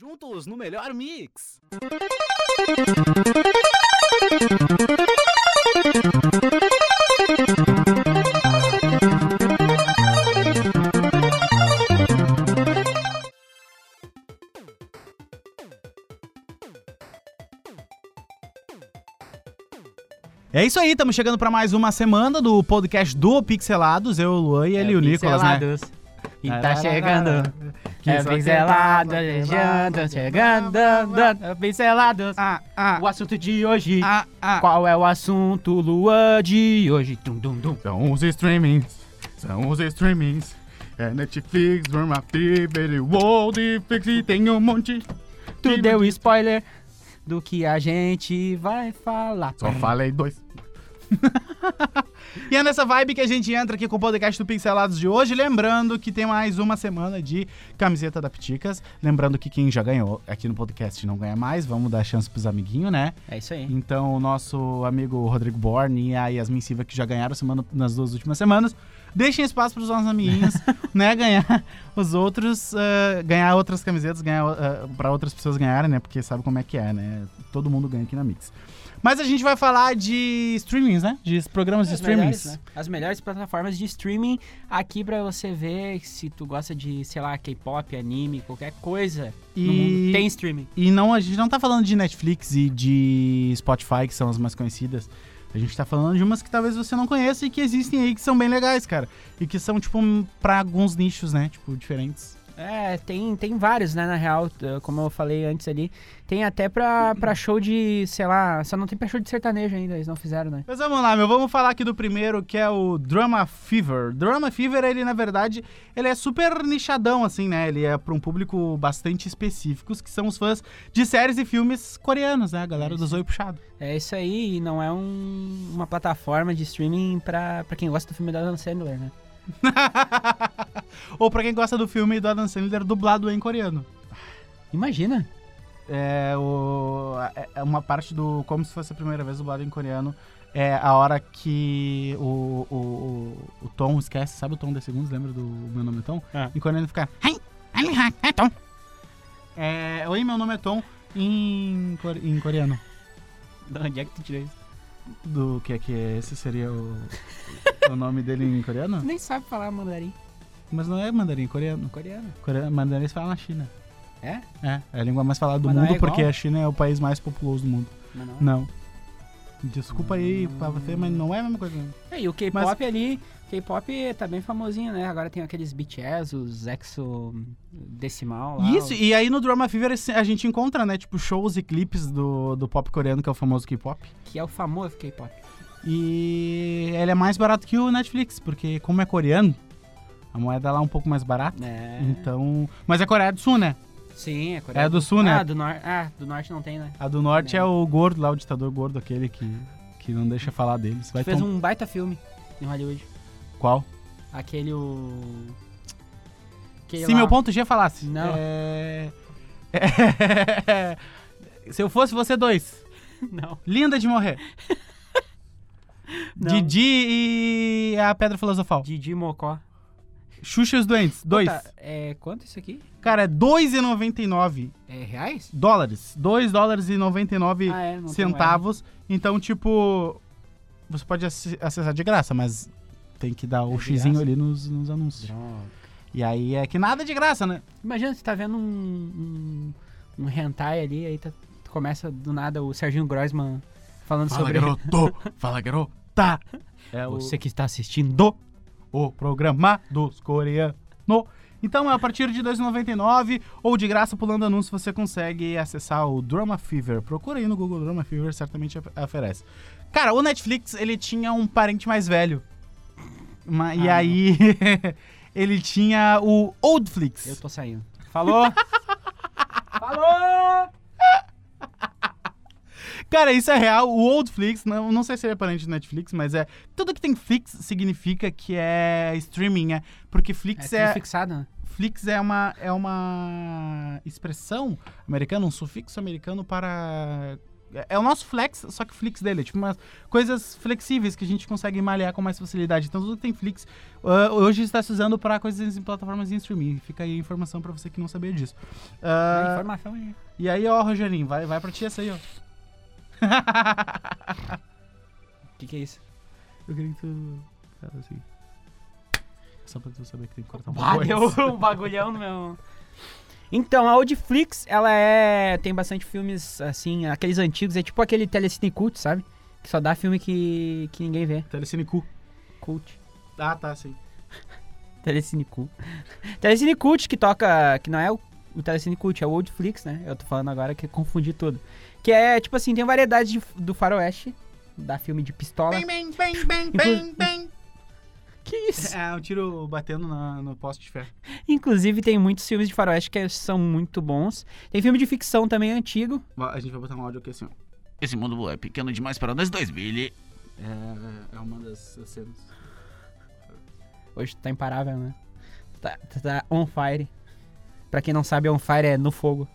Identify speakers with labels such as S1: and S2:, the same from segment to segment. S1: Juntos no melhor mix.
S2: É isso aí, estamos chegando pra mais uma semana do podcast do Pixelados. Eu, o Luan
S3: É
S2: e
S1: É
S2: ele e o Nicolas, né?
S3: Pixelados. E tá chegando. É pincelado, chegando, chegando, é pincelados.
S1: Ah, ah,
S3: O assunto de hoje.
S1: ah, ah.
S3: Qual é o assunto, Luan, de hoje? Dum, dum, dum.
S4: São os streamings, são os streamings. É Netflix, Verma Priver, Waldflix e tem um monte.
S3: Tu deu spoiler do que a gente vai falar.
S4: Só falei dois.
S2: E é nessa vibe que a gente entra aqui com o podcast do Pixelados de hoje. Lembrando que tem mais uma semana de camiseta da Piticas. Lembrando que quem já ganhou aqui no podcast não ganha mais. Vamos dar chance pros amiguinhos, né?
S3: É isso aí.
S2: Então, o nosso amigo Rodrigo Borne e a Yasmin Silva, que já ganharam semana, nas duas últimas semanas, deixem espaço pros nossos amiguinhos, né? Ganhar os outros, ah, ganhar outras camisetas, ganhar ah, pra outras pessoas ganharem, né? Porque sabe como é que é, né? Todo mundo ganha aqui na Mix. Mas a gente vai falar de streamings, né? De programas de
S3: As
S2: streamings.
S3: melhores, né? As melhores plataformas de streaming aqui pra você ver se tu gosta de, sei lá, K-pop, anime, qualquer coisa. No
S2: E-
S3: mundo tem streaming.
S2: E não, a gente não tá falando de Netflix e de Spotify, que são as mais conhecidas. A gente tá falando de umas que talvez você não conheça e que existem aí, que são bem legais, cara. E que são, tipo, um- pra alguns nichos, né? Tipo, diferentes.
S3: É, tem, tem vários, né, na real, t- como eu falei antes ali. Tem até pra, pra show de, sei lá, só não tem pra show de sertanejo ainda, eles não fizeram, né?
S2: Mas vamos lá, meu. Vamos falar aqui do primeiro, que é o Drama Fever. Drama Fever, ele, na verdade, ele é super nichadão, assim, né? Ele é pra um público bastante específico, que são os fãs de séries e filmes coreanos, né? A galera dos Oi Puxado.
S3: É isso aí, e não é um- uma plataforma de streaming pra, pra quem gosta do filme da Adam Sandler, né?
S2: Ou pra quem gosta do filme do Adam Sandler, dublado em coreano.
S3: Imagina.
S2: é, o, é- é uma parte do Como Se Fosse a Primeira Vez dublado em coreano. É a hora que o, o, o, o Tom esquece, sabe o Tom 10 segundos? Lembra do Meu Nome é Tom?
S3: É.
S2: Em coreano ele fica. "Hai, ali, hai, é Tom. É, Oi, meu nome é Tom em, core- em coreano.
S3: De onde é que tu tirou isso?
S2: Do que é que é? Esse seria o, o nome dele em coreano?
S3: Nem sabe falar mandarim
S2: Mas não é mandarim, é coreano.
S3: coreano.
S2: coreano mandarim se fala na China.
S3: É?
S2: É, é a língua mais falada do
S3: Mas não é
S2: mundo porque
S3: igual?
S2: a China é o país mais populoso do mundo.
S3: Mas não.
S2: Não. Desculpa aí
S3: Hum.
S2: pra você, mas não é a mesma coisa.
S3: É, E o K-pop
S2: Mas-
S3: ali, K-pop tá bem famosinho, né? Agora tem aqueles BTS, os Exo Decimal lá.
S2: Isso, e aí no Drama Fever esse- a gente encontra, né, tipo, shows e clipes do, do pop coreano, que é o famoso K-pop.
S3: Que é o famoso K-pop.
S2: E ele é mais barato que o Netflix, porque como é coreano, a moeda lá é um pouco mais barata.
S3: É.
S2: Então. Mas é Coreia do Sul, né?
S3: Sim, é
S2: É
S3: Coreia
S2: do Sul, né?
S3: Ah, do norte. Ah, do norte não tem, né?
S2: A do norte
S3: É.
S2: é o gordo lá, o ditador gordo, aquele que, que não deixa falar deles. Vai
S3: Fez
S2: tom...
S3: um baita filme em Hollywood.
S2: Qual?
S3: Aquele o. Aquele
S2: Se
S3: lá.
S2: meu ponto G falasse.
S3: Não.
S2: É... é- Se eu fosse você dois.
S3: Não.
S2: Linda de morrer.
S3: Não.
S2: Didi e a Pedra Filosofal.
S3: Didi Mocó.
S2: Xuxa e os Doentes, dois.
S3: Puta, é quanto isso aqui?
S2: Cara, é 2,99
S3: É reais?
S2: dólares. 2 dólares e 99
S3: Ah, é, não tem
S2: centavos. Então, tipo, você pode acess- acessar de graça, mas tem que dar o
S3: É de
S2: xizinho
S3: graça?
S2: ali nos, nos anúncios.
S3: moeda.
S2: E aí é que nada é de graça, né?
S3: Imagina, você tá vendo um, um, um hentai ali, aí tá- começa do nada o Serginho Grossman falando
S4: Fala
S3: sobre
S4: garoto, fala garoto.
S2: Tá. É o,
S3: você que está assistindo.
S2: o programa dos coreanos. Então, a partir de R$ 2,99 ou de graça pulando anúncio, você consegue acessar o Drama Fever. Procura aí no Google Drama Fever, certamente af- oferece. Cara, o Netflix, ele tinha um parente mais velho. Uma- e
S3: Ah,
S2: aí, ele tinha o Oldflix.
S3: Eu tô saindo.
S2: Falou?
S3: Falou!
S2: Cara, isso é real. O Oldflix, não, não sei se ele é parente do Netflix, mas é... Tudo que tem Flix significa que é streaming, né? Porque Flix
S3: É
S2: é
S3: tudo fixado, né?
S2: Flix é uma, é uma expressão americana, um sufixo americano para é- É o nosso flex, só que o flix dele. é Tipo, umas coisas flexíveis que a gente consegue malhar com mais facilidade. Então, tudo que tem flix, ah, hoje está se usando para coisas em plataformas em streaming. Fica aí a informação para você que não sabia disso. Ah,
S3: A informação aí.
S2: e aí, ó, Rogerinho, vai, vai pra ti essa aí, ó.
S3: O que, que é isso?
S2: Eu queria que tu. Cara, assim. Só pra tu saber que tem que cortar um
S3: Bah,
S2: pouco
S3: deu
S2: antes.
S3: um bagulhão no meu. Então, a Odflix, ela é. tem bastante filmes, assim, aqueles antigos, é tipo aquele Telecine Cult, sabe? Que só dá filme que, que ninguém vê.
S2: Telecine cu.
S3: Cult.
S2: Ah, tá, sim.
S3: Telecine Cult. Telecine Cult que toca. que não é o, o Telecine Cult, é o Oldflix, né? Eu tô falando agora que eu confundi tudo. Que é, tipo assim, tem variedade de- do faroeste, dá filme de pistola.
S2: bem, bem, bem,
S3: bem,
S2: bem.
S3: Que isso?
S2: É, um tiro batendo na- no poste de ferro.
S3: Inclusive, tem muitos filmes de faroeste que são muito bons. Tem filme de ficção também antigo.
S2: Ó, A gente vai botar um áudio aqui assim, ó.
S1: Esse mundo é pequeno demais para nós dois, Billy.
S2: É, é uma das das cenas.
S3: Hoje tá imparável, né? Tá, tá- tá on fire. Pra quem não sabe, on fire é no fogo.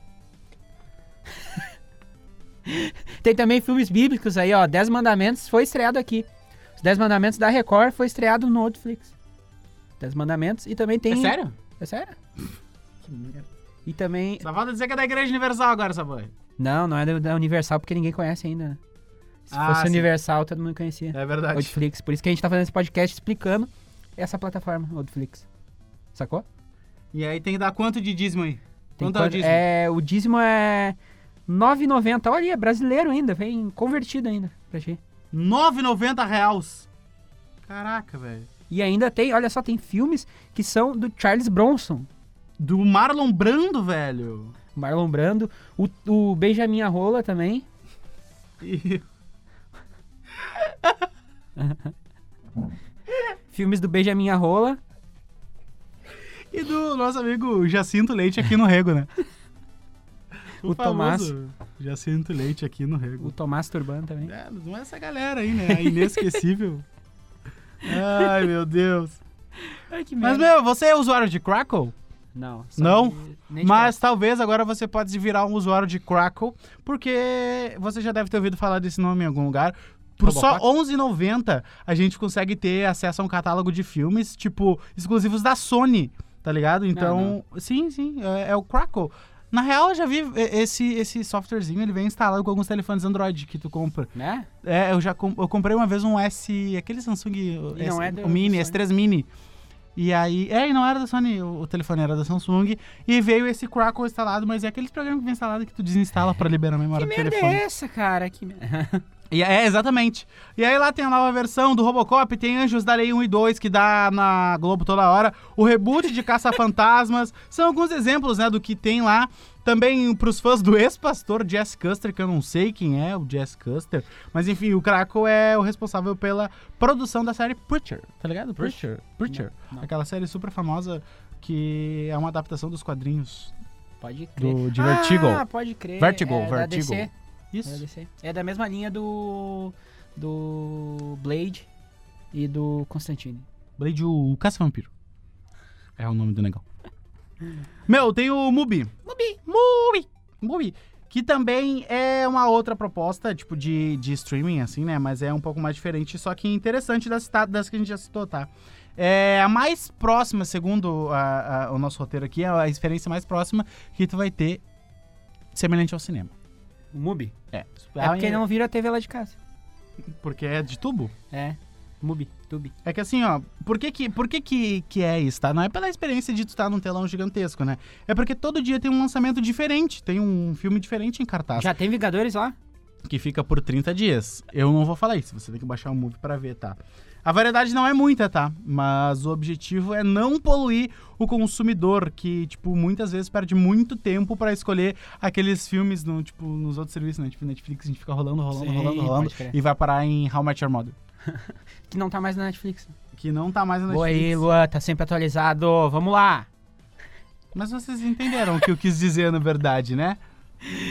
S3: tem também filmes bíblicos aí, ó. Dez Mandamentos foi estreado aqui. Os Dez Mandamentos da Record foi estreado no Netflix. Dez Mandamentos. E também tem...
S2: É sério?
S3: É sério.
S2: Que merda.
S3: E também...
S2: Só falta dizer que é da Igreja Universal agora, essa boy.
S3: Não, não é da- da Universal, porque ninguém conhece ainda. né? Se
S2: Ah,
S3: fosse
S2: sim.
S3: Universal, todo mundo conhecia.
S2: É verdade.
S3: Odflix. Por isso que a gente tá fazendo esse podcast explicando essa plataforma, Odflix. Sacou?
S2: E aí tem que dar quanto de dízimo aí?
S3: Tem
S2: Quanto é o
S3: quanto-
S2: dízimo?
S3: é, o dízimo é 9,90. Olha, aí, é brasileiro ainda, vem convertido ainda pra ti.
S2: 9,90 reais. Caraca, velho.
S3: E ainda tem, olha só, tem filmes que são do Charles Bronson,
S2: Do Marlon Brando, velho.
S3: Marlon Brando, o, o Benjamin Arrola também.
S2: E-
S3: Filmes do Benjamin Arrola.
S2: E do nosso amigo Jacinto Leite aqui no Rego, né?
S3: O Tomás.
S2: famoso Jacinto Leite aqui no Rego.
S3: O Tomás Turban também.
S2: É, não é essa galera aí, né? A inesquecível. Ai, meu Deus.
S3: Ai, que
S2: Mas, meu, você é usuário de Crackle?
S3: Não. só
S2: Não,
S3: de- nem de
S2: Mas talvez agora você pode se virar um usuário de Crackle, porque você já deve ter ouvido falar desse nome em algum lugar. Por só R$ 11,90 a gente consegue ter acesso a um catálogo de filmes, tipo, exclusivos da Sony, tá ligado? Então, sim, sim, é, é o Crackle. Na real, eu já vi é, esse, esse softwarezinho, ele vem instalado com alguns telefones Android que tu compra.
S3: Né?
S2: É, eu já com- eu comprei uma vez um S, aquele Samsung, o,
S3: E
S2: S-
S3: não é do-
S2: o Mini,
S3: do Sony.
S2: S3 Mini. E aí, é, e não era da Sony, o, o telefone era da Samsung, e veio esse Crackle instalado, mas é aqueles programas que vem instalado que tu desinstala pra liberar a memória
S3: Que
S2: do
S3: merda
S2: telefone.
S3: é essa, cara? Que merda.
S2: E é, exatamente. E aí lá tem a nova versão do Robocop, tem Anjos da Lei 1 e 2, que dá na Globo toda hora. O reboot de Caça-Fantasmas. São alguns exemplos, né, do que tem lá. Também pros fãs do ex-pastor Jess Custer, que eu não sei quem é o Jess Custer. Mas enfim, o Craco é o responsável pela produção da série Preacher, tá ligado? Preacher. Preacher.
S3: Não, não.
S2: Aquela série super famosa que é uma adaptação dos quadrinhos
S3: Pode crer.
S2: do de Vertigo.
S3: Ah, pode crer.
S2: Vertigo,
S3: é da
S2: Vertigo.
S3: DC, é da
S2: Isso.
S3: DC. É da mesma linha do do Blade e do Constantine.
S2: Blade, o Caça Vampiro. É o nome do negão. Meu, tem o Mubi. Mubi. Mubi. Mubi. Que também é uma outra proposta, tipo, de, de streaming, assim, né? Mas é um pouco mais diferente, só que interessante das, cita- das que a gente já citou, tá? É a mais próxima, segundo a- a- o nosso roteiro aqui, é a experiência mais próxima que tu vai ter semelhante ao cinema.
S3: O Mubi.
S2: É.
S3: É porque não vira a TV lá de casa.
S2: Porque é de tubo?
S3: É. Mubi, Tubi.
S2: É que assim, ó, por que que, por que, que que é isso, tá? Não é pela experiência de tu estar num telão gigantesco, né? É porque todo dia tem um lançamento diferente, tem um filme diferente em cartaz,
S3: Já tem Vingadores lá?
S2: que fica por 30 dias. Eu não vou falar isso, você tem que baixar o movie pra ver, tá? A variedade não é muita, tá? Mas o objetivo é não poluir o consumidor, que, tipo, muitas vezes perde muito tempo pra escolher aqueles filmes, no, tipo, nos outros serviços, né? Tipo, Netflix, a gente fica rolando, rolando,
S3: Sim,
S2: rolando, rolando,
S3: pode crer.
S2: e vai parar em How Much Your Mother,
S3: Que não tá mais na Netflix.
S2: que não tá mais na
S3: Boa
S2: Netflix.
S3: aí, Luan, tá sempre atualizado. Vamos lá.
S2: Mas vocês entenderam o que eu quis dizer, na verdade, né?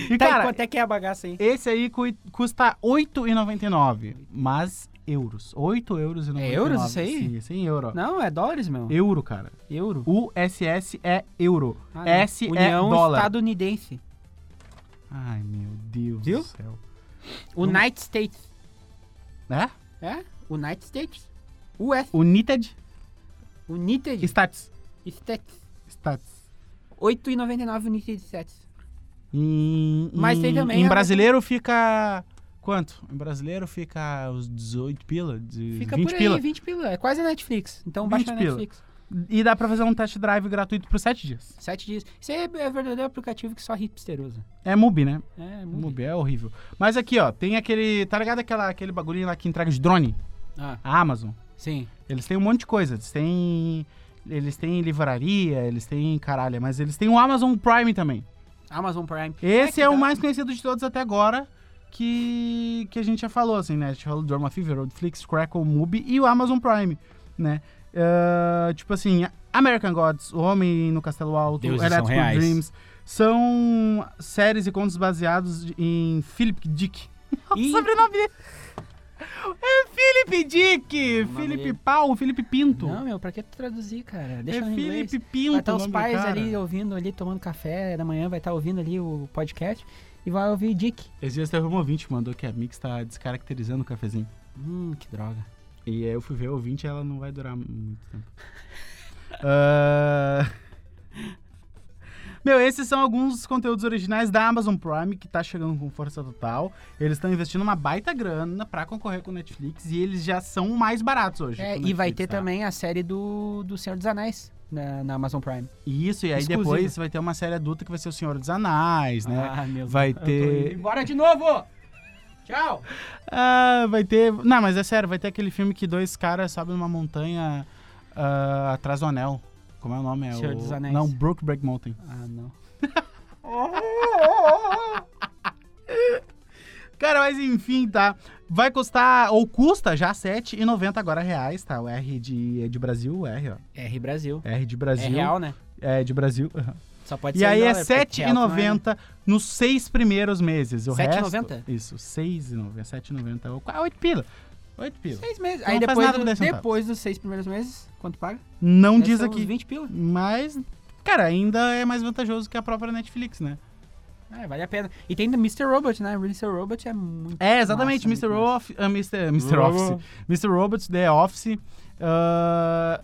S2: E,
S3: Tá, e
S2: cara,
S3: quanto é que é a bagaça aí?
S2: esse aí cui- custa 8,99, mas euros. 8,99 euros.
S3: É euros isso aí?
S2: Sim, isso é em euro. ó.
S3: Não, é dólares, meu.
S2: Euro, cara.
S3: Euro.
S2: USS é euro.
S3: Ah, não.
S2: S é
S3: União
S2: dólar.
S3: estadunidense.
S2: Ai, meu Deus
S3: Viu?
S2: do céu.
S3: United States.
S2: Né?
S3: É? United States. US.
S2: United
S3: United
S2: Stats.
S3: States.
S4: Stats.
S3: 8,99 United States.
S2: Em,
S3: Mas
S2: em-
S3: tem também
S2: Em
S3: a-
S2: brasileiro fica. Quanto? Em brasileiro fica os 18 pila? De
S3: Fica
S2: 20
S3: por aí,
S2: pila.
S3: 20 pila. É quase a Netflix. Então
S2: 20
S3: baixa a
S2: pila.
S3: Netflix.
S2: E dá pra fazer um test drive gratuito por 7 dias.
S3: 7 dias. Isso aí é verdadeiro aplicativo que só hipster usa.
S2: É MUBI, né?
S3: É, muito.
S2: MUBI é horrível. Mas aqui, ó, tem aquele. Tá ligado aquela, aquele bagulhinho lá que entrega de drone?
S3: Ah,
S2: A Amazon.
S3: sim.
S2: Eles têm um monte de coisa. Eles têm. Eles têm livraria, eles têm caralho, mas eles têm o Amazon Prime também.
S3: Amazon Prime.
S2: Esse é,
S3: que
S2: o
S3: tá-
S2: mais conhecido de todos até agora, que, que a gente já falou, assim, né? A gente falou do Drama Fever, Netflix, Crackle, Mubi e o Amazon Prime, né? Ah, tipo assim, American Gods, O Homem no Castelo Alto,
S3: Deuses são
S2: Electrical
S3: reais.
S2: Dreams, são séries e contos baseados em Philip Dick.
S3: Ih.
S2: Sobrenome dele. É Philip Dick!
S3: nome
S2: Philip
S3: dele.
S2: Pau, Philip Pinto.
S3: Não, meu, pra que tu traduzir, cara? Deixa
S2: é
S3: no inglês.
S2: Felipe Pinto.
S3: Vai estar os
S2: o nome do
S3: pais
S2: cara.
S3: ali ouvindo, ali tomando café da manhã, vai estar ouvindo ali o podcast e vai ouvir Dick.
S2: Esses dias teve um ouvinte que mandou que a Mix tá descaracterizando o cafezinho.
S3: Hum, que droga.
S2: E aí eu fui ver o ouvinte e ela não vai durar muito tempo. Ah, Meu, esses são alguns conteúdos originais da Amazon Prime que tá chegando com força total. Eles estão investindo uma baita grana pra concorrer com o Netflix e eles já são mais baratos hoje.
S3: É,
S2: que o
S3: e vai
S2: Netflix,
S3: ter
S2: tá?
S3: também a série do, do Senhor dos Anéis na, na Amazon Prime.
S2: Isso, e aí
S3: Exclusivo.
S2: depois vai ter uma série adulta que vai ser O Senhor dos Anéis, né?
S3: Ah, meu
S2: Vai
S3: Deus, eu tô
S2: ter-
S3: indo Embora de novo! Tchau!
S2: Ah, vai ter. Não, mas é sério, vai ter aquele filme que dois caras sobem numa montanha ah, atrás do anel. Como é o nome? É
S3: Senhor
S2: o...
S3: dos Anéis.
S2: Não, Brookback Mountain.
S3: Ah, não.
S2: Cara, mas enfim, tá? Vai custar, ou custa já R$ 7,90 agora reais, tá? O R de, é de Brasil, o R, ó.
S3: R Brasil.
S2: R de
S3: É
S2: Brasil.
S3: real, né?
S2: É de Brasil. aham.
S3: Só pode
S2: E
S3: ser em
S2: aí é
S3: dólar, porque real não é, né?
S2: 7,90 nos seis primeiros meses. E O resto...
S3: 7,90?
S2: Isso, 6,90, 7,90. ou qua- oito pila. oito pila.
S3: Seis meses.
S2: Então Não
S3: Aí
S2: faz
S3: depois,
S2: nada com
S3: do-
S2: 10 centavos.
S3: depois dos seis primeiros meses, quanto paga?
S2: Não
S3: Deve
S2: diz
S3: ser é uns
S2: aqui.
S3: 20 pila.
S2: Mas, cara, ainda é mais vantajoso que a própria Netflix, né?
S3: É, vale a pena. E tem ainda Mr. Robot, né? Mr. Robot é muito.
S2: É, exatamente.
S3: Nossa,
S2: Mr.
S3: muito massa.
S2: Off, ah, Mr. Mr. Office. Mr. Robot, The Office. ah,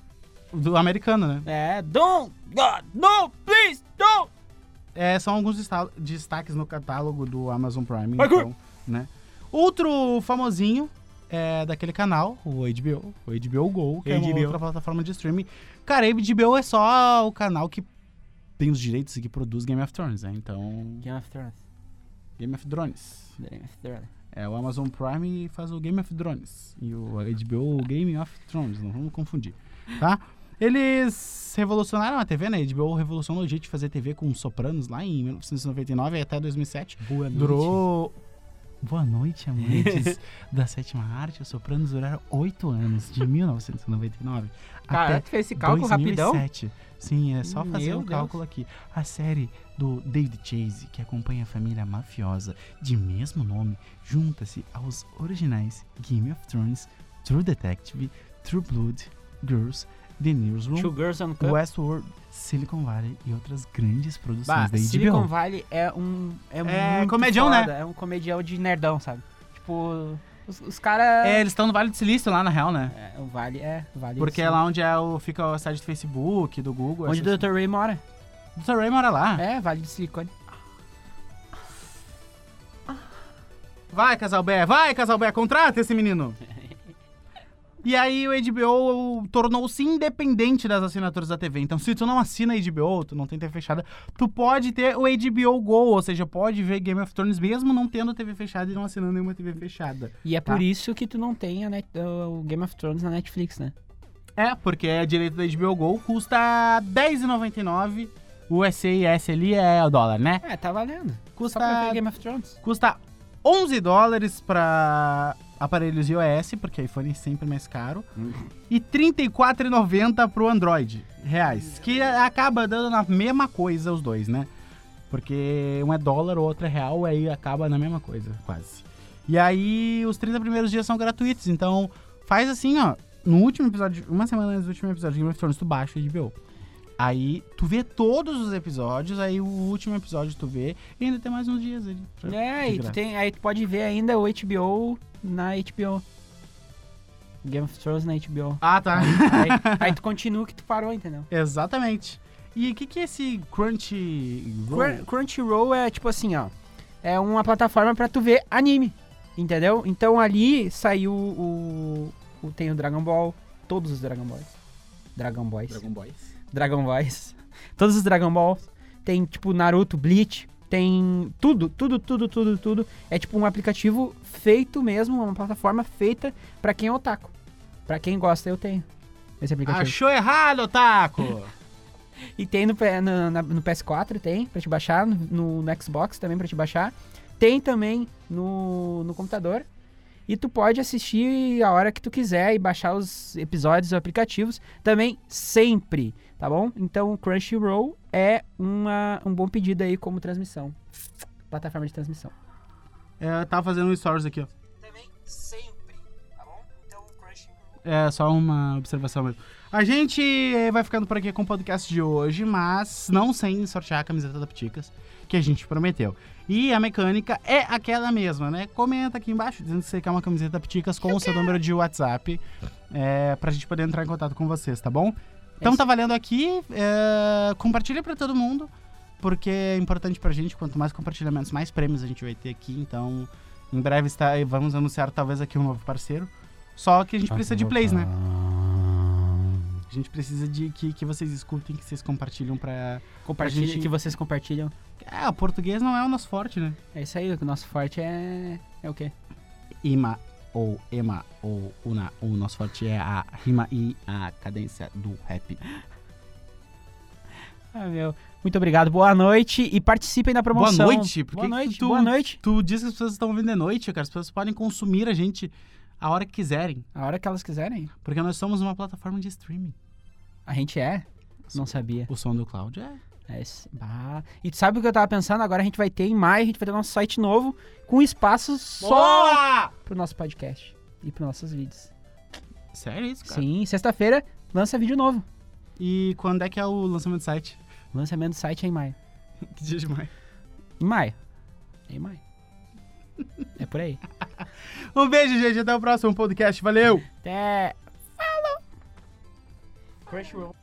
S2: do americano, né?
S3: É, don't, God, no, please, don't!
S2: É, são alguns desta- destaques no catálogo do Amazon Prime.
S3: Parkour!
S2: Então, né? Outro famosinho é daquele canal, o HBO. O HBO Go, que é uma
S3: HBO.
S2: outra plataforma de streaming. Cara, HBO é só o canal que tem os direitos e que produz Game of Thrones, né? Então,
S3: Game of Thrones.
S2: Game of Thrones.
S3: Game of Thrones.
S2: É, o Amazon Prime faz o Game of Thrones e o HBO o Game of Thrones, não vamos confundir, tá? Eles revolucionaram a TV, né? A HBO revolucionou o jeito de fazer TV com Sopranos lá em 1999 e até 2007.
S3: Boa noite.
S2: Durou... Boa noite, amantes da sétima arte. Os Sopranos duraram oito anos, de 1999
S3: Cara,
S2: até
S3: tu fez esse cálculo rapidão?
S2: 2007. Sim, é só fazer
S3: Meu
S2: um
S3: Deus.
S2: cálculo aqui. A série do David Chase, que acompanha a família mafiosa de mesmo nome, junta-se aos originais Game of Thrones, True Detective, True Blood, Girls, The Newsroom,
S3: Two Girls and Cup.
S2: Westworld, Silicon Valley e outras grandes produções
S3: Bah,
S2: da HBO.
S3: Silicon Valley é um. É,
S2: É
S3: muito
S2: comedião, né?
S3: foda, É um comedião de nerdão, sabe? Tipo, os, os caras.
S2: É, eles estão no Vale do Silício lá, na real, né?
S3: É, o Vale é. Vale
S2: Porque
S3: sim.
S2: é lá onde é o, fica o site do Facebook, do Google.
S3: Onde o
S2: essas-
S3: Dr. Ray mora.
S2: Dr. Ray mora lá.
S3: É, Vale de Silicone.
S2: Vai, Casalbé, vai, Casalbé, contrata esse menino. E aí o HBO tornou-se independente das assinaturas da TV. Então, se tu não assina HBO, tu não tem TV fechada, tu pode ter o HBO Go, ou seja, pode ver Game of Thrones mesmo não tendo TV fechada e não assinando nenhuma TV fechada.
S3: E é
S2: Tá.
S3: por isso que tu não tem a Net- o Game of Thrones na Netflix, né?
S2: É, porque a direito da HBO Go custa R$10,99. O SAS ali é o dólar, né?
S3: É, tá valendo. Só
S2: Custa
S3: pra ver Game of Thrones.
S2: Custa 11 dólares para aparelhos iOS, porque iPhone é sempre mais caro. E 34,90 pro Android, reais. Que acaba dando na mesma coisa os dois, né? Porque um é dólar, o outro é real, aí acaba na mesma coisa, quase. E aí os 30 primeiros dias são gratuitos, então faz assim, ó. No último episódio, uma semana antes do último episódio de Game of Thrones, tu baixa o HBO. Aí tu vê todos os episódios, aí o último episódio tu vê, e ainda tem mais uns dias ali. pra-
S3: É,
S2: de
S3: e tu
S2: graça.
S3: tem, aí tu pode ver ainda o HBO na HBO. Game of Thrones na HBO.
S2: Ah, tá.
S3: Aí, aí tu continua o que tu parou, entendeu?
S2: Exatamente. E o que, que é esse Crunchy
S3: Crun- Crunchyroll é tipo assim, ó. É uma plataforma pra tu ver anime, entendeu? Então ali saiu o, o- Tem o Dragon Ball, todos os Dragon Balls. Dragon Boys.
S5: Dragon Boys.
S3: Dragon Balls. Todos os Dragon Balls. Tem, tipo, Naruto, Bleach. Tem tudo, tudo, tudo, tudo, tudo. É tipo um aplicativo feito mesmo, uma plataforma feita pra quem é otaku. Pra quem gosta, eu tenho esse aplicativo.
S2: Achou errado, Taco!
S3: E tem no, P- na- na- no PS4, tem, pra te baixar. No, no Xbox também pra te baixar. Tem também no, no computador. E tu pode assistir a hora que tu quiser e baixar os episódios, os aplicativos também sempre, tá bom? Então o Crunchyroll é uma, um bom pedido aí como transmissão. Plataforma de transmissão.
S2: eu tava fazendo um stories aqui, ó.
S3: Também sempre, tá bom? Então o Crunchyroll.
S2: É só uma observação mesmo. A gente eh, vai ficando por aqui com o podcast de hoje, mas não sem sortear a camiseta da Pticas, que a gente prometeu. E a mecânica é aquela mesma, né? Comenta aqui embaixo dizendo que você quer uma camiseta da Pticas com o seu número de WhatsApp, é, pra gente poder entrar em contato com vocês, tá bom? Então
S3: isso.
S2: tá valendo aqui, é, compartilha pra todo mundo, porque é importante pra gente, quanto mais compartilhamentos, mais prêmios a gente vai ter aqui, então em breve está, vamos anunciar talvez aqui um novo parceiro. Só que a gente precisa de plays, né? A gente precisa de que, que vocês escutem, que vocês compartilham pra.
S3: Compartilha,
S2: A gente-
S3: que vocês compartilham.
S2: Ah, o português não é o nosso forte, né?
S3: É isso aí, o nosso forte é. É o quê?
S2: Ima ou ema ou una. O nosso forte é a rima e a cadência do rap.
S3: Ah, meu. Muito obrigado, boa noite e participem da promoção.
S2: Boa noite, por
S3: boa
S2: que que
S3: noite,
S2: tu-
S3: boa noite.
S2: Tu diz que as pessoas estão ouvindo de noite, cara. As pessoas podem consumir a gente a hora que quiserem.
S3: A hora que elas quiserem.
S2: Porque nós somos uma plataforma de streaming.
S3: A gente é? Não sabia.
S2: O som do Cloud é.
S3: É isso. Bah. E tu sabe o que eu tava pensando? Agora a gente vai ter em maio, a gente vai ter nosso site novo com espaço só
S2: Boa!
S3: pro nosso podcast e pros nossos vídeos.
S2: Sério isso, cara?
S3: Sim, sexta-feira lança vídeo novo.
S2: E quando é que é o lançamento do site?
S3: Lançamento do site é em maio.
S2: que dia demais.
S3: Em maio. É em maio. É por aí.
S2: Um beijo, gente. Até o próximo podcast. Valeu!
S3: Até. Falou! Crunchyroll.